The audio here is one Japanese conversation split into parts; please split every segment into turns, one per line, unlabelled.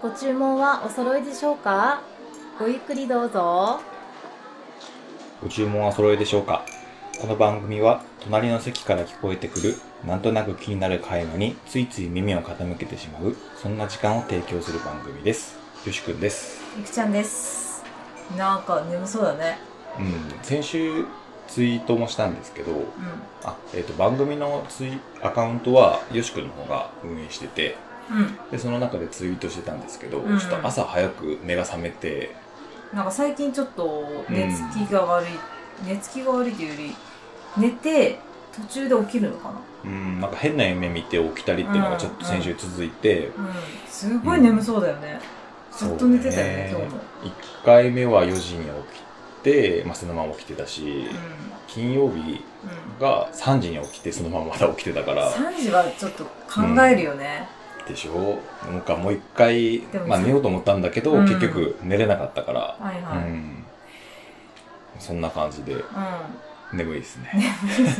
ご注文はお揃いでしょうかごゆっくりどうぞ
ご注文は揃いでしょうかこの番組は隣の席から聞こえてくるなんとなく気になる会話についつい耳を傾けてしまうそんな時間を提供する番組ですよしくんです
ゆきちゃんですなんか眠そうだね
うん先週ツイートもしたんですけど
う
あ、えー、と番組のツイアカウントはよしくんの方が運営してて
んうん
でその中でツイートしてたんですけど、
うん
ちょっと朝早く目が覚めて
なんか最近ちょっと寝つきが悪い、寝つきが悪いというより寝て途中で起きるのかな
うんなんか変な夢見て起きたりっていうのがちょっと先週続いて、
うんすごい眠そうだよね、ずっと寝てたよね
そう
今日も
1回目は4時に起きて、まあ、そのまま起きてたし、金曜日
う
が3時に起きてそのまままた起きてたから
ん、うん、3時はちょっと考えるよね、
でしょなんかもう一回
で、も
まあ、寝ようと思ったんだけど、
うん
結局寝れなかったから、
はいうはい、うん
ん、そんな感じで眠いですね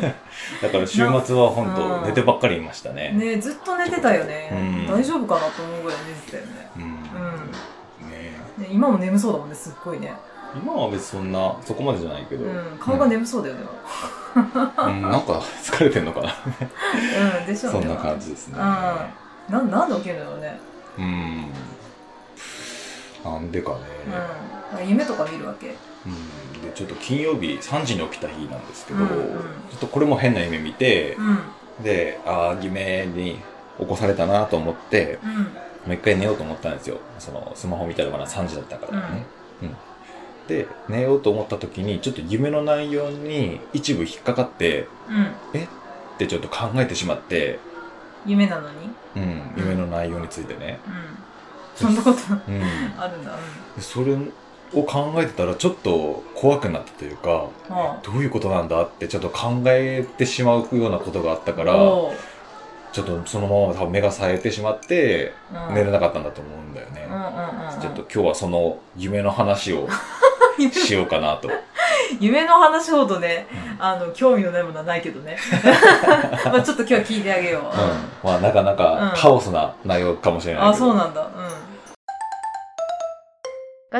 だから週末は本
う
当
ん
寝てばっかりいましたね
ねずっと寝てたよね、
うん
大丈夫かなと思うぐらい寝てたよね
うん、ね
ね今も眠そうだもんねすっごいね、
今は別にそんなそこまでじゃないけど、
うん、顔が眠そうだよね、でも
うんなんか疲れてんのかな
うん、でしょう
そ
ね
んな感じですね
なんなんで起きるんだろうね、
うんなんでかね、
うん、夢とか見るわけ
うんでちょっと金曜日3時に起きた日なんですけど、
うんうん
ちょっとこれも変な夢見て
う、んうん
でああ夢に起こされたなと思ってもう一回寝ようと思ったんですよそのスマホ見たのがな3時だったからね、うんで寝ようと思った時にちょっと夢の内容に一部引っかかって
うん
ってちょっと考えてしまって、
夢なのにうん
うん、夢の内容についてね、
そんなこと
うん、
あるんだ、うん
でそれを考えてたらちょっと怖くなったというか、
は
どういうことなんだってちょっと考えてしまうようなことがあったから、
おう
ちょっとそのまま多分目が冴えてしまって、
うん、
寝れなかったんだと思うんだよね
うんう。んうんうん
ちょっと今日はその夢の話をしようかなと。
夢の話ほどね
う
あの興味のないものはないけど ねまあちょっと今日は聞いてあげよう、
うん、まあなかなか
うん
カオスな内容かもしれない
あ
けど。
そうなんだうん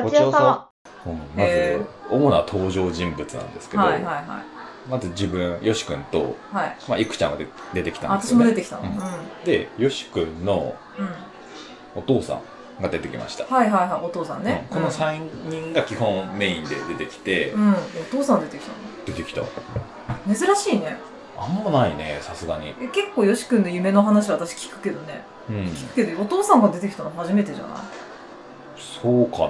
ご
ち
ち
そ
そうう
さ
さ
うんま
へ
ず、主な登場人物なんですけど、
はいはいは
まず自分、よしくんと、
いはい
まあ、いくちゃんが出出てきた
あ
んです
私
よ
も
ね
出。てきたの
う
うんん、うん、
で、よしくんのお父さんが出てきました。
はいはいはいお父さんね、
うんこの3人が基本メインで出てきて、
うん、うん、お父さん出てきたの
出てきた
珍しいね
あんまないねさすがに
え結構よし君の夢の話は私聞くけどね
うん
聞くけどお父さんが出てきたの初めてじゃない
そうか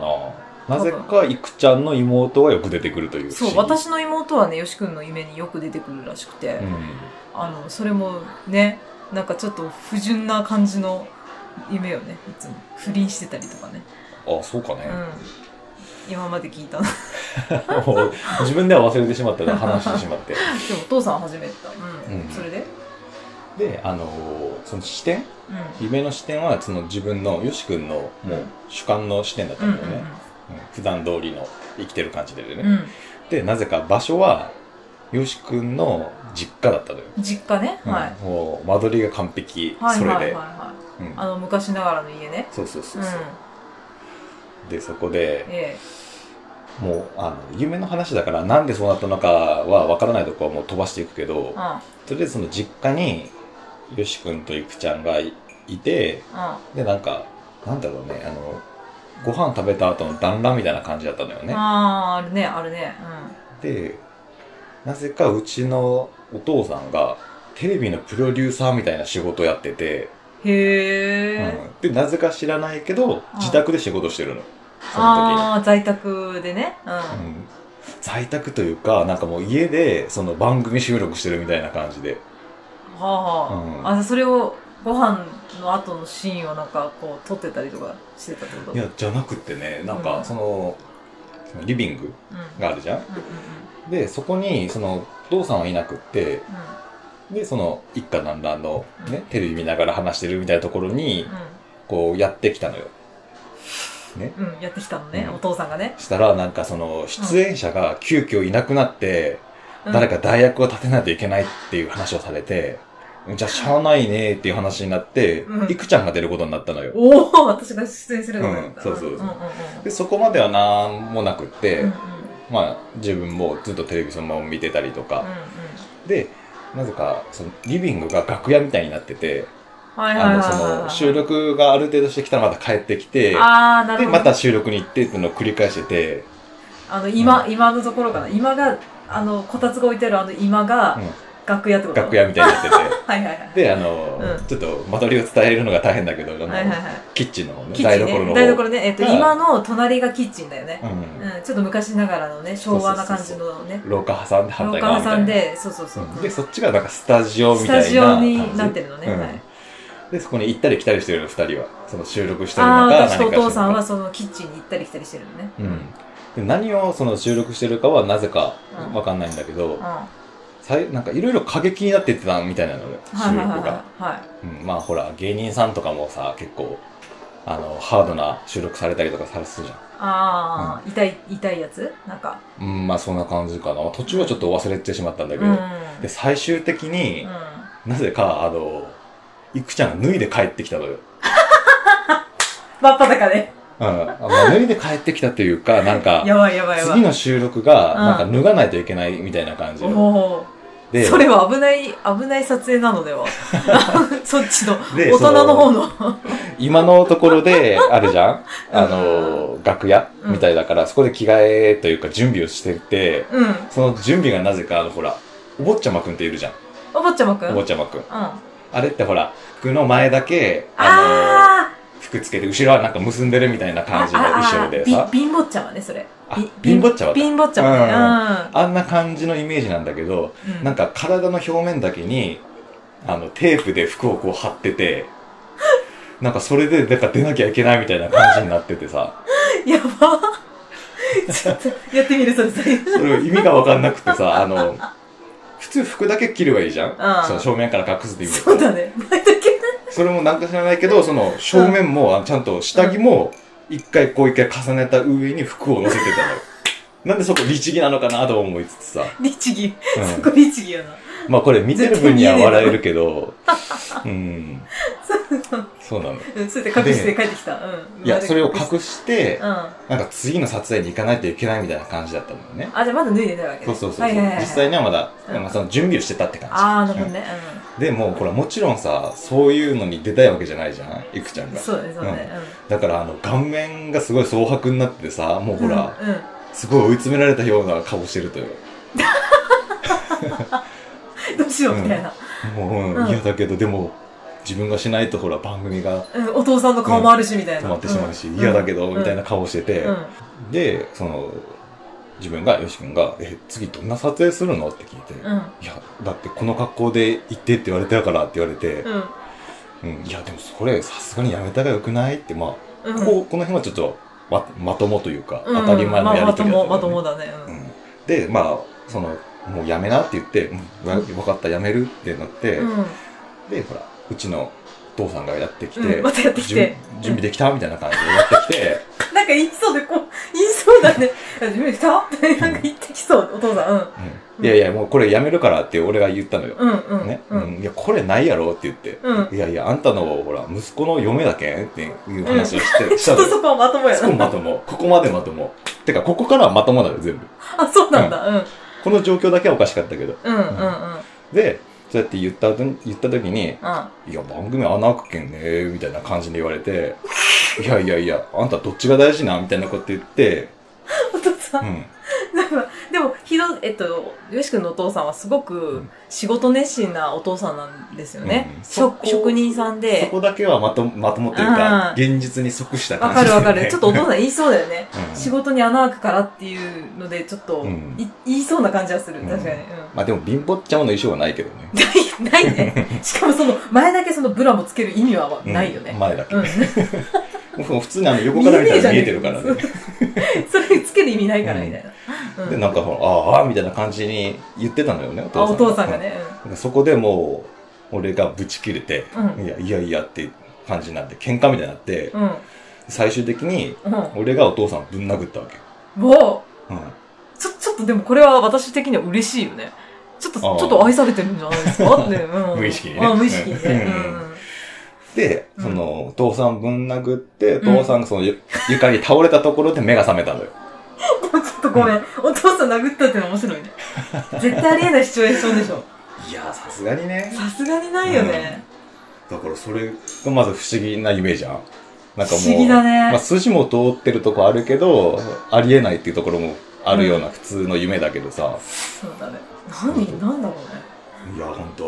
ななぜかいくちゃんの妹はよく出てくるという不
そ
思
う
議
私の妹はねよし君の夢によく出てくるらしくて、
う
あのそれもねなんかちょっと不純な感じの夢よねいつも不倫してたりとかね
んあそうか
う
ね、
ん今まで聞いたの
もう自分では忘れてしまったら話してしまって
でもお父さんは初めてだうん、
うん
それで
であのーその視点
うん
夢の視点はその自分のよし君のもう主観の視点だった
うんん
だよね、うん普段通りの生きてる感じでね、
うんうん、
でなぜか場所はよし君の実家だったのよ、
うん、実家ね、
うん
はい
もう間取りが完璧、
はい
それで、
はいはいはい
うん
あの昔ながらの家ね
そうそうそううんそう、でそこで
ええ
もうあの夢の話だからなんでそうなったのかは分からないとこはもう飛ばしていくけど
うんうん
とりあえずその実家によしくんといくちゃんがいいてでなんかなんだろうねあのご飯食べた後の団らんみたいな感じだったのよね
ああーあるねあるね
でなぜかうちのお父さんがテレビのプロデューサーみたいな仕事をやってて、
うんへえ、
うんでなぜか知らないけど自宅で仕事してるのその時に
ああー在宅でねうん、
うん在宅というかなんかもう家でその番組収録してるみたいな感じで
はあはあ、
う
あそれをご飯の後のシーンをなんかこう撮ってたりとかしてたってこと
いやじゃなくってねな
う
んか
ん
その,、そのリビング
うんうん
があるじゃん
うんうん
でそこにそのお父さんはいなくってでその一家団らんの、ね
うん
テレビ見ながら話してるみたいなところにこうやってきたのよ
うんうんうんやってきたのね、
うん
お父さんがね、
したらなんかその出演者が急遽いなくなって、
うん
誰か代役を立てないといけないっていう話をされて、じゃあしゃあないねーっていう話になって、
うん
いくちゃんが出ることになったのよ。
おお私が出演するのだった、
うんそうそうそうん
んん
で、そこまではなんもなくって、
うんうん
まあ自分もずっとテレビそのまま見てたりと
うんう
か、
ん
で、なぜかそのリビングが楽屋みたいになってて、
はいはい
あ
はい
の
はい
そ
はい
の収録がある程度してきたらまた帰ってきて、
ああなる
で、
ほど
また収録に行ってっていうのを繰り返してて、
あの今、今のところかな今があのこたつが置いてあるあの今が
うん
楽屋ってこと、
楽屋みたいになってて、
はいはいはい
で、あの、
うん
ちょっと間取りを伝えるのが大変だけど、あの、
はいはいはい
キッチンの方ね、
キッ
台
チン
所の
ね
方。
台所ねえっと
が
今の隣がキッチンだよね
う。
うんんちょっと昔ながらのね昭和な感じのね
廊下挟んで反
廊
対側
下
みたいな。
挟んでそうそうそう
うんで、そっちがなんかスタジオみた
ス
いな
タ
感じ。
ジオになってるのね
うん
はい
で、そこに行ったり来たりしてるの、二人は。その収録してる
ああ
の
ー
か、
私とお
何かして
父
る
さん
の
は
か。
そのキッチンに行ったり来たりしてるのね
うん。で何をその収録してるかはなぜか
うん
わかんないんだけど、
は
さいなんかいろいろ過激になってってたみたいなのよ、
い
収
はい
録
はいは
が。
いはい
うん、まあほら、芸人さんとかもさ、結構、あの、ハードな収録されたりとかされてたじゃん。
ああ痛い痛いやつなんか
うん、まあそんな感じかな。途中はちょっと忘れてしまったんだけ
う
ど。
んうん
で、最終的に、なぜか、あの、いくちゃんが脱いで帰ってきたのよ。
真っ裸で
うん。まあ、脱いで帰ってきたというか、 なんか、
やばいやばいやば
次
い
の収録
う
が、
ん
なんか脱がないといけないみたいな感じの。
おお
で、
それは危ない危ない撮影なので はそっちの
で
大人の方の
今のとこ ろで、あるじゃんあの、楽屋
うん
みたいだから、そこで着替えというか準備をしてて、
うん
その準備がなぜか、あの、ほら、お坊ちゃまくんっているじゃん。
お坊ちゃまくん
お
うん
坊ちゃまくん。
あ
あれってほら、服の前だけ、あの、
あ
服つけて、後ろはなんか結んでるみたいな
ー
感じの衣装で
ああ
さ
あ。び貧乏ちゃまねそれ
あ
び
貧乏ちゃまだ
貧乏ちゃまね
あんな感じのイメージなんだけど、
うんうん
なんか体の表面だけに、あの、テープで服をこう貼ってて、なんかそれで、なんか出なきゃいけないみたいな感じになっててさ、
やばちょっとやってみるそれそれ
それ意味がわかんなくてさ、あの、普通服だけ着ればいいじゃ
うん
んその正面から隠すって意味
そうだね毎時
それもなんか知らないけど、その正面も、あちゃんと下着も、一回こう一回重ねた上に服を乗せてたのよ。なんでそこ律儀なのかなとも思いつつさ。
律儀
うん
そこ律儀やな
まあこれ見てる分には笑える けど、うん。そうなの。
うんそれで隠して帰ってきたうん
いや、それを
隠
隠して
う、んあ
なんか次の撮影に行かないといけないみたいな感じだったのよね。
じゃあまだ脱いでないわけ
そ
ね
うそうそう。
はいはいはいはい
実際にはまだ、
うん
まあその準備をしてたって感
ああなるほどね
じ。で、もうほら、もちろんさ、そういうのに出たいわけじゃないじゃん、いくちゃん
うん
が。
そうだねそうだね
だから、あの、顔面がすごい蒼白になっててさ、もう
うん
ほら、
うんうん
すごい追い詰められたような顔してるとよ。
どうしようみたいな、
もう、
うん
嫌だけど、でも、自分がしないとほら、番組が
うんお父さんの顔もあるしみたいな、
止まってしまうし、嫌だけど、
うん
みたいな顔してて、
うん、うん
で、その、自分が、よし君が、え、次どんな撮影するのって聞いて、
うん
いや、だってこの格好で行ってって言われたからって言われて、
うん
うん、いや、でもそれさすがにやめたらよくないって、まあ、
うん
こう、この辺はちょっと、ま、まともというか、
うん
当たり前のやりとりだっ
まあ
た
まと
よ
もまともだ
ね
ね、う
うんんで、まあ、その、もうやめなって言って、うん、わわかった、やめるってなって、
うん
で、ほら、うちのお父さんがやってきて、
うんまたやってき
じゅん
て
準備できたみたいな感じでやってきて、
なんか言いそうでこう言いそうだ ね自分でたってなんか言ってきそうお父さん
うんいやいや、もうこれやめるからって俺が言ったのよ。
うんうんうん
ね、
う
うん
ん
いや、これないやろって言って。
うん
いやいや、あんたの、ほら、息子の嫁だけんっていう話をして、し
ちょ
た
っ と
のよ。
そこはまともや
そこ
な
まとも。ここまでまとも。てか、ここからはまともだよ、全部。
あそうなんだうん
この状況だけはおかしかったけど。
うんうんうんうん
で、そうやって言った後に、言った時に、
あ
いや、番組穴開くけんね、みたいな感じで言われて、いやいやいや、あんたどっちが大事なみたいなこと言って、
お父さ
うんん。
なんか でもひどえっとよし君のお父さんはすご
う
く
ん
仕事熱心なお父さんなんですよね
う、んそ
職
こ
職人さんで
そこだけはまと、まともというか、
うん
現実に即した
わ
感
か
じ
る
で、
わかる。ちょっとお父さん言いそうだよね。
うん
仕事に穴開くからっていうので、ちょっと
うん
い言いそうな感じはする。
うん
確かに。うん
まあでも、貧乏ちゃまの衣装はないけどね。
ない、ない ね。しかもその、前だけそのブラもつける意味はないよ
う
ね
ん。前だけ。
うん。
もう普通にあの 横から見たら見えてるからね。
ね。それつける意味ないからみたいな。う
で、
ん
なんかほら、あーあーみたいな感じに言ってたのよね、お
あ、お父
父
さ
さん
んが。ね。
うんそこでもう、俺がブチ切れて、
うん
いやいやいやって感じになって、喧嘩みたいになって、
うん。うん。
最終的に、
う
俺がお父さんをぶん殴ったわけ。
ん。も
うん。
う、ちょ、ちょっとでもこれは私的には嬉しいよね。ちょっと、ち
あー
ょっと愛されてるんじゃないです かって。うん
無意識にね
あ無意識にね。
うん で、
うん
その、お父さんぶん殴って、お父さんがそのゆ床に倒れたところで目が覚めたのよ。
うんちょっとごめん。お父さん殴ったっての面白い ね。絶対ありえないシチュエーションでしょ。
いやー、さすがにね。
さすがにないよね。
だからそれがまず不思議な夢じゃん。なんかもう、
不思議だね
まあ、筋も通ってるとこあるけど、ありえないっていうところもあるような普通の夢だけどさ。
そうだね。何なんだろうね。
いや、ほんと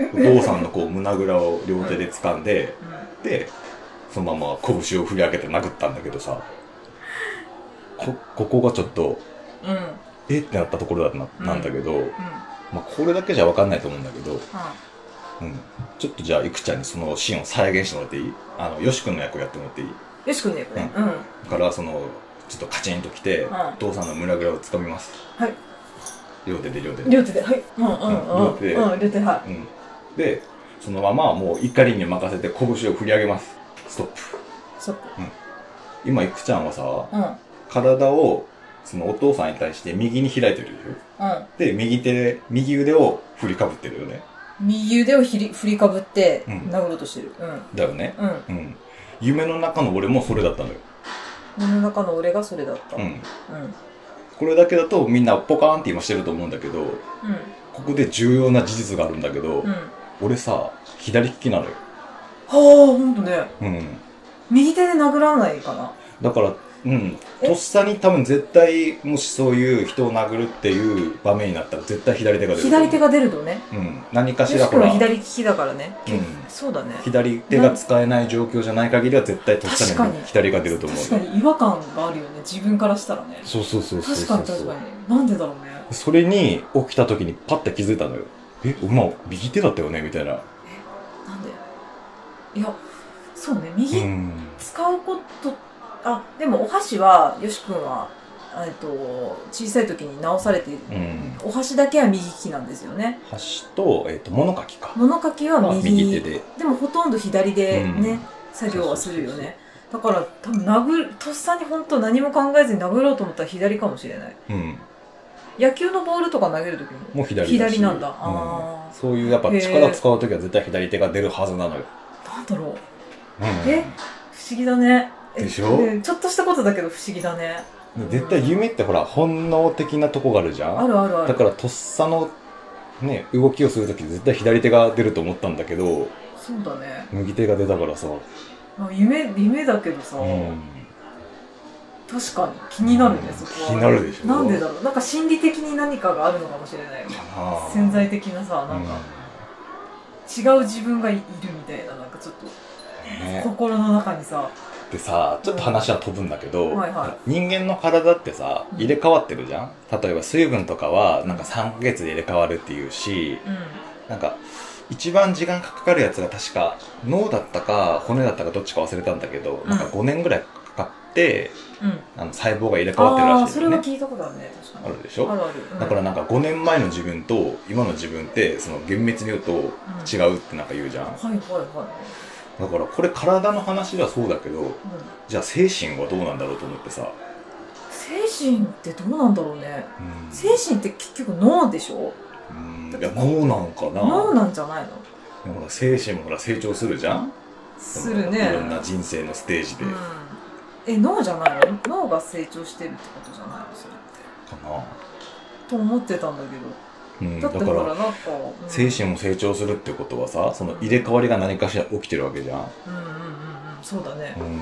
あの、お父さんのこう胸ぐらを両手で掴んで、
うん
で、そのまま拳を振り上げて殴ったんだけどさ、こ、ここがちょっと、
うん。うん。
えってなったところだななんだけど、
あ
まあ、これだけじゃ分かんないと思うんだけど、
あ
うん、ちょっとじゃあいくちゃんにそのシーンを再現してもらっていいあのよし君の役をやってもらっていい
よしくんね、これ。うん。
だからそのちょっとカチンときて、
ん
お父さんの胸ぐらをつかみます
はい
両手で両手で、
両手で、はい。うんうんうん。
両手で
うん、両手、は
うん、でそのままもう怒りに任せて拳を振り上げますストップ
い。そっか。
今いくちゃんはさ
うん。
体をそのお父さんに対して右に開いてるよ
うん。
で右手で右腕を振りかぶってるよね
右腕をひり振りかぶって、
うん
殴ろうとしてる。うん。
だよね
うん。
うん夢の中の俺もそれだったのよ、
世の中の俺がそれだった。
う
うん。
ん、
うん。
これだけだとみんなポカーンって今してると思うんだけど、ここで重要な事実があるんだけど、
うん。は
俺さ、左利きなのよ。
あ、ほんとね。
うん。
右手で殴らないかな。
だから、うん。
え
とっさに多分絶対、もしそういう人を殴るっていう場面になったら絶対左手が出る。
左手。が出るとね。
うん。何か
よ
しら
し
ほ
くんは
ら、
左利きだからね。
うん
そうだね。
左手が使えない状況じゃない限りは絶対とっ
確か
さ
に
に左が出ると思う。
確かに違和感があるよね。自分からしたらね。
そうそうそうそ
確
うそ
か
う。
に確かに。なんでだろうね。
それに起きた時にパッて気づいたのよ。え、お前右手だったよねみたいな。
なんでいや、そうね。
う
右
ん。
使うことあでもお箸はよし君はえっと小さい時に直されている、
うん。
お箸だけは右利きなんですよね
箸と、えっ、と、物書きか。
物書きは
まあ
右
右手で。
でもほとんど左でね、
うん
作業はするよねだから多分殴るとっさに本当何も考えずに殴ろうと思ったら左かもしれない
うん。
野球のボールとか投げる時も
もう左だし
左なんだ、
う
ああ
そういうやっぱ力使うときは絶対左手が出るはずなのよ。
なんだろう
うん
え不思議だねえ
でしょ
ねちょっとしたことだけど不思議だね
絶対夢ってほら、本能的なとこがあるじゃ
あ
ん
るあるある
だからとっさの、ね、動きをするとき絶対左手が出ると思ったんだけど、
そうだね
右手が出たからさ。
あ夢夢だけどさ、
うん。
確かに気になるね、
うん
そこは
気になるでしょ
なんでだろうなんか心理的に何かがあるのかもしれないよね
あー
潜在的なさなんか違う自分がいるみたいななんかちょっと
うんね
心の中にさ
でさ、ちょっと話は飛ぶんだけど、
うんはいは
人間の体ってさ、入れ替わってるじゃん例えば水分とかは、なんか3ヶ月で入れ替わるっていうし、
うん
なんか、一番時間かかるやつが確か脳だったか骨だったかどっちか忘れたんだけど、
ん
なんか5年ぐらいかかって
うん
あの細胞が入れ替わってる
ああ
ら
ー
しい
そ
よ
れ
ね
は聞いたことあるね確か
あ
に
るでし
あ
ょ
るある、うん
だからなんか5年前の自分と今の自分ってその厳密に言うと違うってなんか言うじゃん、
はいはいは
だからこれ体の話ではそうだけど
い、うん
じゃあ精神はどうなんだろうと思ってさ、
精神ってどうなんだろうね
うん
精神って結局脳でしょ
うんいや脳なんかな
脳なんじゃないの
ほら精神もほら成長するじゃん
するね
いろんな人生のステージで、
うん
か
え脳じゃないの脳が成長してるってことじゃないのそれって
な、
と思ってたんだけ
うん、
どだってほらなんか、うん
精神も成長するってことはさその入れ替わりが何かしら起きてるわけじゃん、
うんうんうんうんそうだね
うん、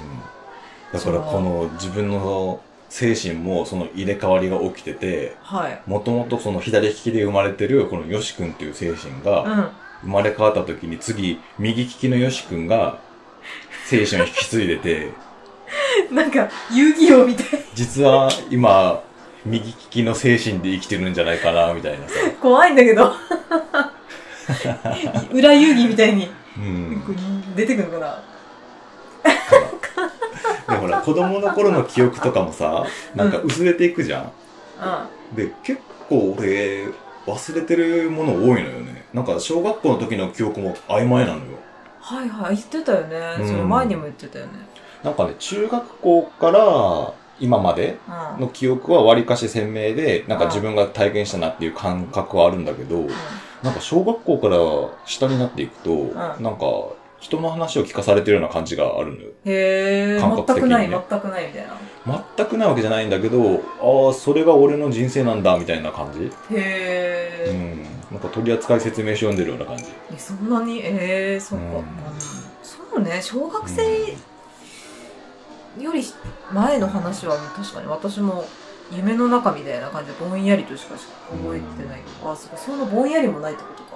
だからこの自分の精神もその入れ替わりが起きてて
はい
もともとその左利きで生まれてるこのよし君っていう精神
う
が
ん
生まれ変わった時に次右利きのよし君が精神を引き継いでて
なんか遊戯王みたい
実は今右利きの精神で生きてるんじゃないかなみたいなさ、
怖いんだけ ど裏遊戯みたいに
うん、
こう出てくるのか
でほら子供の頃の記憶とかもさなんか薄れていくじゃん
な
で結構俺忘れてるもの多いのよねなんか小学校の時の記憶も曖昧なのよ
うんはいはい言ってたよね、
うん
それ前にも言ってたよね
なんかね中学校から今まで
うん
の記憶はわりかし鮮明で、なんか自分が体験したなっていう感覚はあるんだけど、なんか小学校から下になっていくと、
ん
なんか人の話を聞かされてるような感じがあるのよ。
へえ、
感覚
全
的
く
にね
ない、全くないみたいな。
全くないわけじゃないんだけど、ああ、それが俺の人生なんだ、みたいな感じ。
へ
う
え、
ん。なんか取扱説明書読んでるような感じ。
えそんなに、えー、そっか、
うん
うんそうね、小学生より前の話は確かに私も夢の中みたいな感じでぼんやりとしか覚えてないけど、あ、そっか、そのぼんやりもないってことか。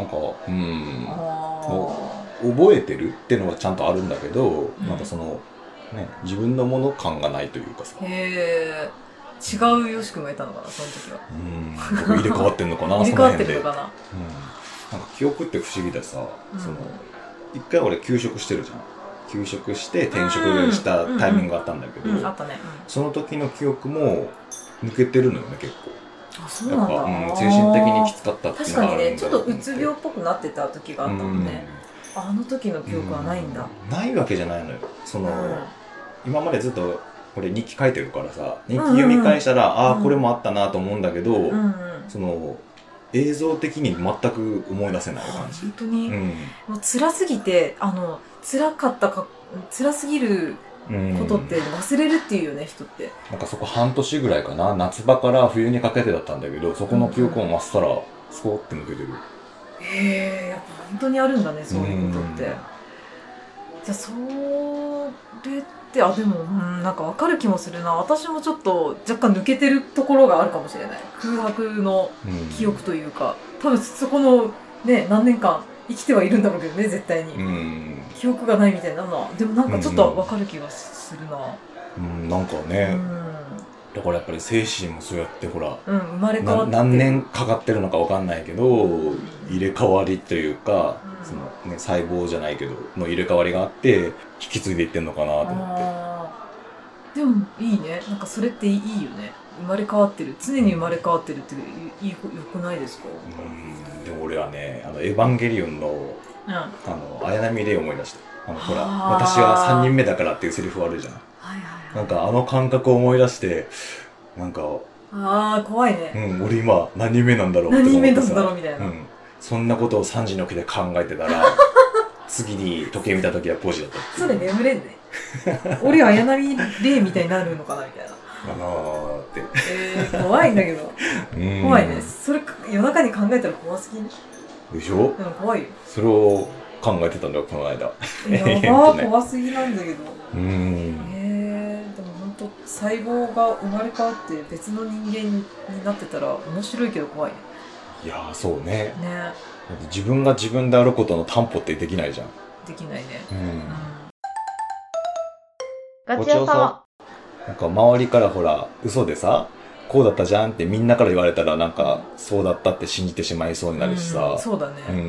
なんか、うん。
あ
覚えてるってのはちゃんとあるんだけど、
うん
なんかその、ね、自分のもの感がないというかさ
あ。。へえ、違うよし君がいたのかな、その時は。
うん。僕入れ替わってんのかな、
入れ
その
替わっ
辺
て
で。
るのかな。
うんなんか記憶って不思議でさ、
うん
その一回俺休職してるじゃん休職して転職したタイミングがあったんだけど、
うん、あったね。
その時の記憶も抜けてるのよね結
うん、あ、そう
構
な
や
ん
っ
だ。
ぱ、うん、精神的にきつかったってい
確
うの
かに
がある
ね
ん
ちょ
だ
っ
ろ
と
う
う
思
つ病っぽくなってた時があったもんね、あの時の記憶はないんだ、
うんないわけじゃないのよその、今までずっと俺日記書いてるからさ日記読み返したら、ああーこれもあったなと思うんだけど、
うんうんうん
その映像的に全く思い出せない感じ
本当に、
うん
もう辛すぎてあの辛かったか辛すぎる
うん
ことって忘れるっていうよね、人って
なんかそこ半年ぐらいかな、夏場から冬にかけてだったんだけど、そこの記憶をまっさら、スポーって抜けてる。
へえやっぱ本当にあるんだねそういうことって、
うん
じゃあそれってあでもうんなんかわかる気もするな私もちょっと若干抜けてるところがあるかもしれない空白の
うん
記憶というか多分そこのね何年間生きてはいるんだろうけどね絶対に、
うん。
記憶がないみたいなのはでもなんかちょっとわかる気がするな
うん、なんか
う
ね、
ん、
だからやっぱり精神もそうやってほら、
うん、生まれ変わ
な
って
何年かかってるのかわかんないけど
うん、
入れ替わりというか、
うん
そのね、細胞じゃないけど、の入れ替わりがあって、引き継いでいってんのかなと思って。
あーでもいいねなんかそれっていいよね生まれ変わってる常に生まれ変わってるっていいよくないですか、
うん、でも俺はね、あの、エヴァンゲリオンの、
うん、はい
あの、綾波レイを思い出した。あの、ほら、
あー
私は3人目だからっていうセリフあるじゃん。
はいはい
なんかあの感覚を思い出して、なんか、
ああ怖いうね、
ん、俺今何人目なんだろう
何人目
と
な
か思って
ん
さ
だろうみたいな、
うん。そんなことを3時の起きで考えて たら、次に時計見た時は5時だったってい
そ
う
れ眠れんね俺は綾波レイみたいになるのかなみたいな
あのーっ
えー、怖いんだけど
て。うん
怖いね。それ夜中に考えたら怖すぎん
でしょ
でも怖いよ
それを考えてたんだよ、この間。
やば
ええ
ー、
ね
怖すぎなんだけど
うん。
えー、でも本当細胞が生まれ変わって別の人間になってたら面白いけど怖いね
いやー、そうね。
ね
だって自分が自分であることの担保ってできないじゃん。
できないね
うん
うん
ご
ちそうさなんか周りからほら、嘘でさ、こうだったじゃんってみんなから言われたらなんか、そうだったって信じてしまいそうになるし
う
さ
ん。そうだ
う
ね、
ん。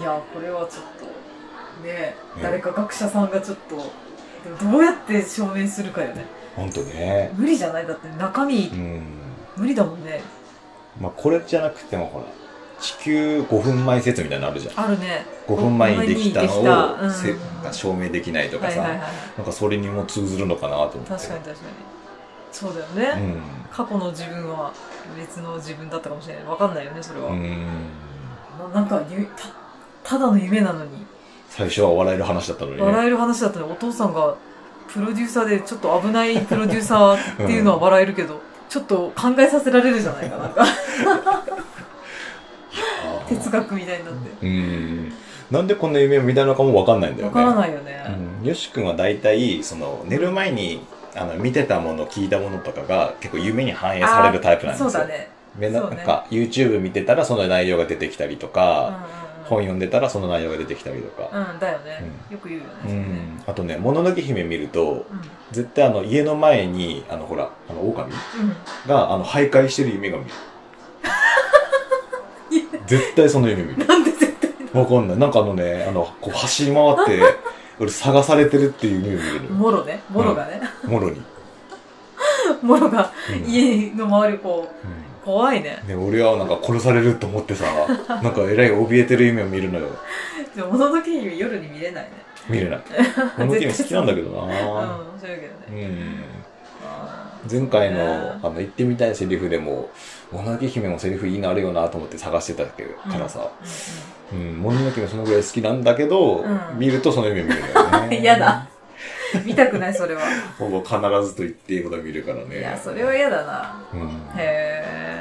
いやこれはちょっとね誰か学者さんがちょっとでもどうやって証明するかよね
ほんとね。
無理じゃないだって中身
うん。
無理だもんね
まあ、これじゃなくてもほら、地球5分前説みたいなのあるじゃん。
あるね
5分前にできたの
五分前にで
を
きた
せ、
うん
なんか証明できないとか
はい
さ、
はいはい
なんかそれにも通ずるのかなと思って。
確かに確かにそうだよね、過去の自分は別の自分だったかもしれないわかんないよねそれは、
うん。うん。
ななんかゆたただの夢なのに
最初は笑える話だったのにね。
笑える話だったのにお父さんがプロデューサーでちょっと危ないプロデューサーっていうのは笑えるけど、ちょっと考えさせられるじゃないかなんか
あー
哲学みたいになって
うん。なんでこんな夢を見たのかもわかんないんだよ
わ
ね。
からないよね、
うん、よし君は大体その寝る前にあの見てたもの聞いたものとかが結構夢に反映されるタイプなんです
そ
よ
うだね
めな
そうね
なんか YouTube 見てたらその内容が出てきたりと
うんうん
か、本
うん
読んでたらその内容が出てきたりとか、
うんだよね、よく言うよねそ
うん
れね
あとね「もののけ姫」見ると
うん
絶対あの家の前にあのほらあの狼
うん
があの徘徊してる夢が見 える絶対その夢見る
なんで絶対
わかんないなんかあのねあのこう走り回って俺探されてるっていう夢を見るのよ
モロねモロがね、
もろに、
モロが
うん
家の周りをこう
うん
怖いね
ね、俺はなんか殺されると思ってさ、なんかえらい怯えてる夢を見るのよ。
でも、もののけ姫夜に見れないね。
見れない。このゲーム好きなんだけど
うん
な、
面白いけど
う
ね。
ん。
あ
前回の、
ね
あの、言ってみたいセリフでも、もののけ姫のセリフいいのあるよなと思って探してたけどからさ、
ー
うん、もののけ姫そのぐらい好きなんだけど、
うん
見るとその夢見るんだよね。
嫌だ。見たくない、それは。
ほぼ必ずと言っていいこと見るからね。
いや、それは嫌だな。
うん。
へえ、うん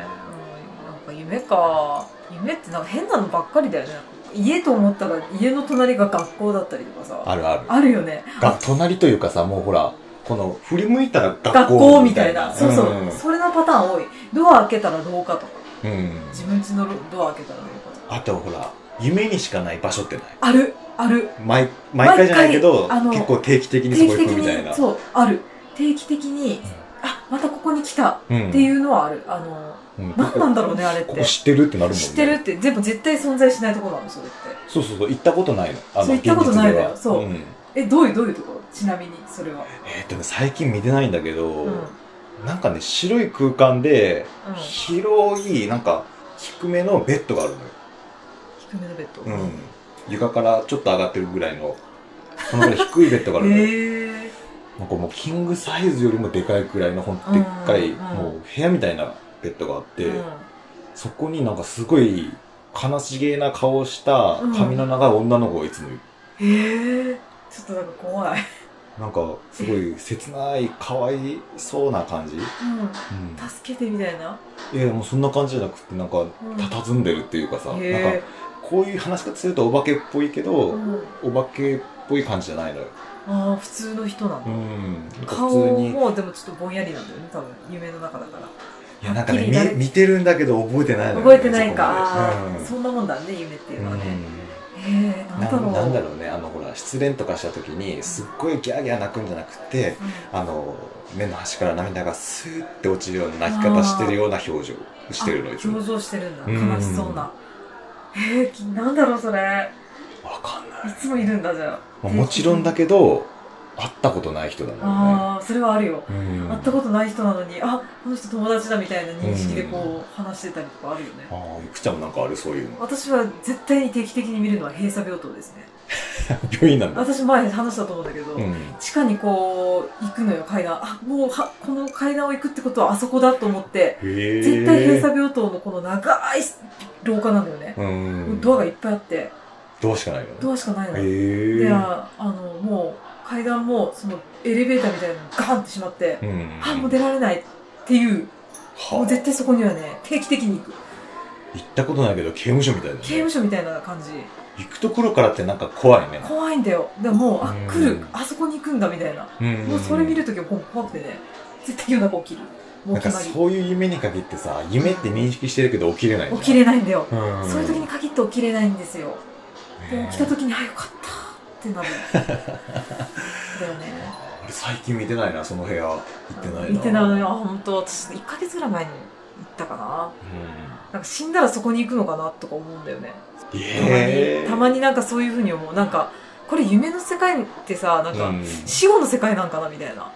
なんか夢か。夢ってなんか変なのばっかりだよね。なんか家と思ったら家の隣が学校だったりとかさ。
あるある。
あるよね。
が、隣というかさ、もうほら、この、振り向いたら学
学
校
校み
みた
た
い
いな。
な。
そうそう。それのパターン多い。ドア開けたら廊下とか。
うん。うん。
自分家のドア開けたら廊下とか。
あとほら、夢にしかない場所ってない
ある、ある。
毎毎回じゃないけど
毎回あの
結構定期的にそ
定
こ
期
行
的
くみたいな
に、そう、ある。定期的に、あ、またここに来た
うん、
っていうのはある。あの、
うん、こ
何
こ
なんだろうね、あれっ
こ
て
こ。知ってるってなるもんね
知ってるって、全部絶対存在しないところなの、それって。
そうそうそう行ったことないのあ
そう行ったことないのよ
現実では
そうんえ、どういう、どういうところちなみに、それは。
えーっとね最近見てないんだけど、
うん。うん。
なんかね白い空間で、広いなんか低めのベッドがあるのよ、
低めのベッド。
うん、床からちょっと上がってるぐらいのそのぐらい低いベッドがあるのよ、
へ え
なんかもうキングサイズよりもでかいくらいのほんとでっかい、
うんうん
もう部屋みたいなベッドがあって、
ー。うん
そこになんかすごい悲しげな顔をした髪の長い女の子がいつもいる。
へえ。ちょっとなんか怖い。
なんかすごい切ない、かわいそうな感じ。
う
う
んん。助けてみたいな。
いや、もうそんな感じじゃなくて、なんか、
うん
佇んでるっていうかさ、なん
へ
か、こういう話し方するとお化けっぽいけ
え。う
ど、
ん。
お化けっぽい感じじゃないのよ。
ああ、普通の人な
う
の。
ん。なんか
顔
普通に、い
もでもちょっとぼんやりなんだよね、多分。夢の中だから。
や、なんかね、
はっきり誰
み見てるんだけど覚えてないのよね、
覚えてないか
そこまで
そんなもんだね夢っていうのはね、
う
へえ
ん
なん
な
だろう
なんだろうね、あの、ほら、失恋とかした時に、すっごいギャーギャー泣くんじゃなくて、
うん
あの目の端から涙がスーって落ちるような泣き方してるような表情をしてるのいつ
あ
も
表情してるんだ
うん
悲しそうな、へえきなんだろうそれ
わかんない
いつもいるんだじゃあ
まあもちろんだけど会ったことない人だもんね
ああそれはあるよ、
うん
会ったことない人なのにあこの人友達だみたいな認識でこう話してたりとかあるよね、
ああゆくちゃんもなんかあるそういうの
私は絶対に定期的に見るのは閉鎖病棟ですね
病院なんだ
私前話したと思うんだけど、
うん
地下にこう行くのよ階段あもうはこの階段を行くってことはあそこだと思って
へえ
絶対閉鎖病棟のこの長い廊下なんだよね、
うん
ドアがいっぱいあって
ドアしかないの
ドアしかないの、
へえ
でああのもう階段もそのエレベーターみたいなのガンってしまって、
うん
あもう出られないっていう
はあ
もう絶対そこにはね定期的に行く
行ったことないけど刑務所みたいだね
刑務所みたいな感じ
行くところからってなんか怖いね
怖いんだよでももうあ
うん
来るあそこに行くんだみたいな、
うん
もうそれ見るときはもう怖くてね絶対夜中起きるもう
なんか
決まり
そういう夢に限ってさ夢って認識してるけど起きれない
起きれ
い
ないんだよ、
そ
そういう時に限って起きれないんですよで起きた時に「あよかった」って なるだよね
俺最近見てないなその部屋行ってないな
見てないのよ本当私1ヶ月ぐらい前に行ったかななんか死んだらそこに行くのかなとか思うんだよねたま
うん
に、
ええ
たまになんかそういうふうに思うなんかこれ夢の世界ってさなんか、死後の世界なんかなみたいな。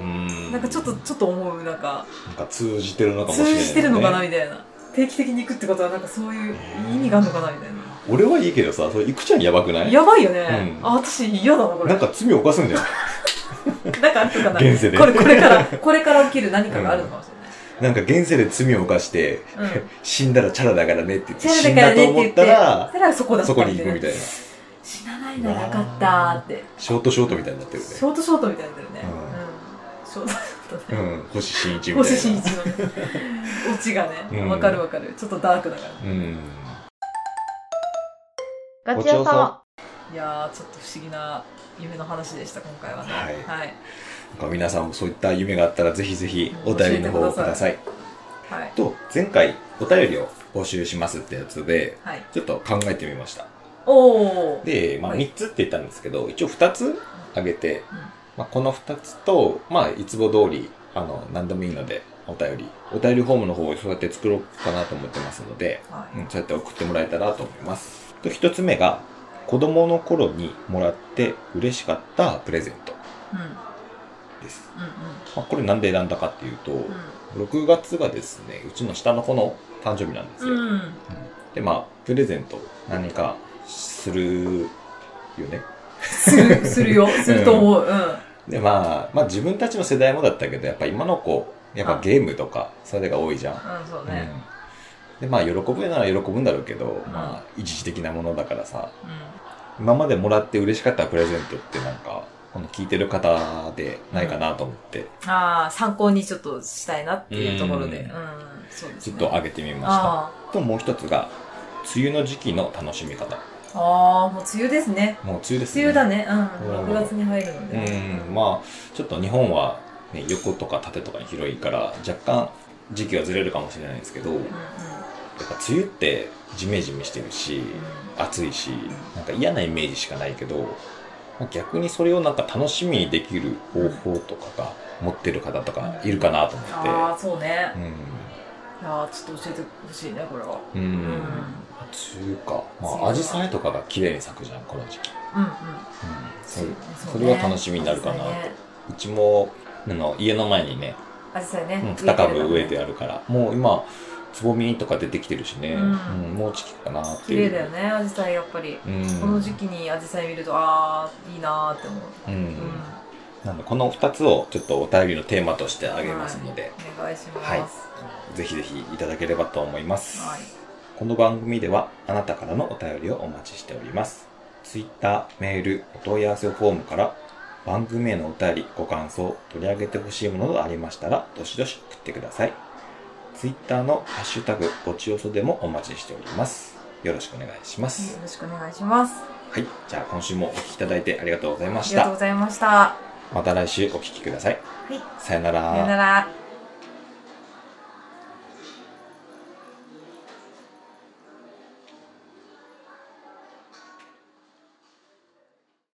うん
なんかちょっと、ちょっと思う。なんか、
なんか通じてるのかもしれない、
通
ね。
じてるのかなみたいな。定期的に行くってことは、なんかそういう意味があるのかなみたいな。
俺はいいけどさ、それ、いくちゃんやばくない
やばいよね。
うん
あ、私嫌だな、これ。
なんか罪を犯すんじゃない
なんかあるのかな。
現世で
これ、これから、これから起きる何かがあるのかもし
なんか現世で罪を犯して、
れない。うん。
死んだらチャラだからねって言って、
チャ
死
ラ
ん
だから
だ
ね
と
って
思
言
っ
って
たら、
それはそこだった
そこに行くみ
た
た
い
い
な
な。
死なないならよかったーって
ショートショートみたいになってるね。
ショートショートみたいになってるね、
う
うんんショートショート
う
ね、
ん、星新一みたいな。
星新一のねオチが
う
ね
ん
わかるわかるちょっとダークだから
うん。
ごちそうさま。
いやーちょっと不思議な夢の話でした今回はね
はい
はい、
なんか皆さんもそういった夢があったら、ぜひぜひお便りの方をください。
はい
と、前回お便りを募集しますってやつで、
はい
ちょっと考えてみました。
おお
で、まあ、
はい
3つって言ったんですけど、一応2つ挙げて、まあ、この2つと、まあ、いつも通り、あの、何でもいいので、お便り、お便りフォームの方をそうやって作ろうかなと思ってますので、
は
うん、そうやって送ってもらえたらと思います。と、1つ目が、子供の頃にもらって嬉しかったプレゼント
い、うん、
です。
う
まあ、これなんで選んだかっていうと、
ん
6月がですね、うちの下の子の誕生日なんですよ。
うんうんうん
で、まあ、プレゼント、何かするよね。
するするよすると思ううん
で、まあ、まあ自分たちの世代もだったけど、やっぱ今の子、やっぱゲームとか、それが多いじゃん。
うん、そう
う
ね。
ん。で、まあ喜ぶなら喜ぶんだろうけど、
ん
まあ一時的なものだからさ、
うん。
今までもらって嬉しかったプレゼントってなんか、この聞いてる方でないかなと思って、
ああ、参考にちょっとしたいなっていうところで。う、
うん
そうです
ち
ね。
ょっと
あ
上げてみました。
あ
と、もう一つが、梅雨の時期の楽しみ方。
ー。ああ、もう梅雨ですね。
もう梅雨ですね。
梅雨だね。うん。
うん
6月に入るので。
うん、まあ、ちょっと日本は、ね、横とか縦とかに広いから、若干時期はずれるかもしれないんですけど、やっ
うん
ぱ梅雨ってジメジメしてるし、暑いし、なんか嫌なイメージしかないけど、まあ逆にそれをなんか楽しみにできる方法とかが持ってる方とかいるかなと思
うん。あ
っ
あ、そうね
て。。
いやーちょっと教えてほしいね、これは。
うん。う
うん。うんん。。
梅雨か。まあ、アジサイとかが綺麗に咲くじゃん、この時期。
うん。
うん。そううんそれは楽しみになるかなと。うちも、あの、家の前にね、
アジサイね。
うん、
アジサ
2
イね
株植えてあるから、もう今、つぼみとか出てきてるしね、
うん
うんもう時期かなって
綺
いう。
麗だよね、アジサイやっぱり。
うん。
この時期にアジサイ見ると、ああ、いいなーって思う。
うん。
うん。
なので、この2つをちょっとお便りのテーマとしてあげますので、
お願いします。
はいぜひぜひいただければと思います。
はい
この番組では、あなたからのお便りをお待ちしております。Twitter、メール、お問い合わせフォームから、番組へのお便り、ご感想、取り上げてほしいものがありましたら、どしどし送ってください。Twitter のハッシュタグ、ごちよそでもお待ちしております。よろしくお願いしま
よ
す。
ろしくお願いします。
はい。じゃあ、今週もお聞きいただいてありがとうございま
あ
し
りがとう
た
ご。ざいました。
また来週お聞きください。
い
さよなら
さよなら。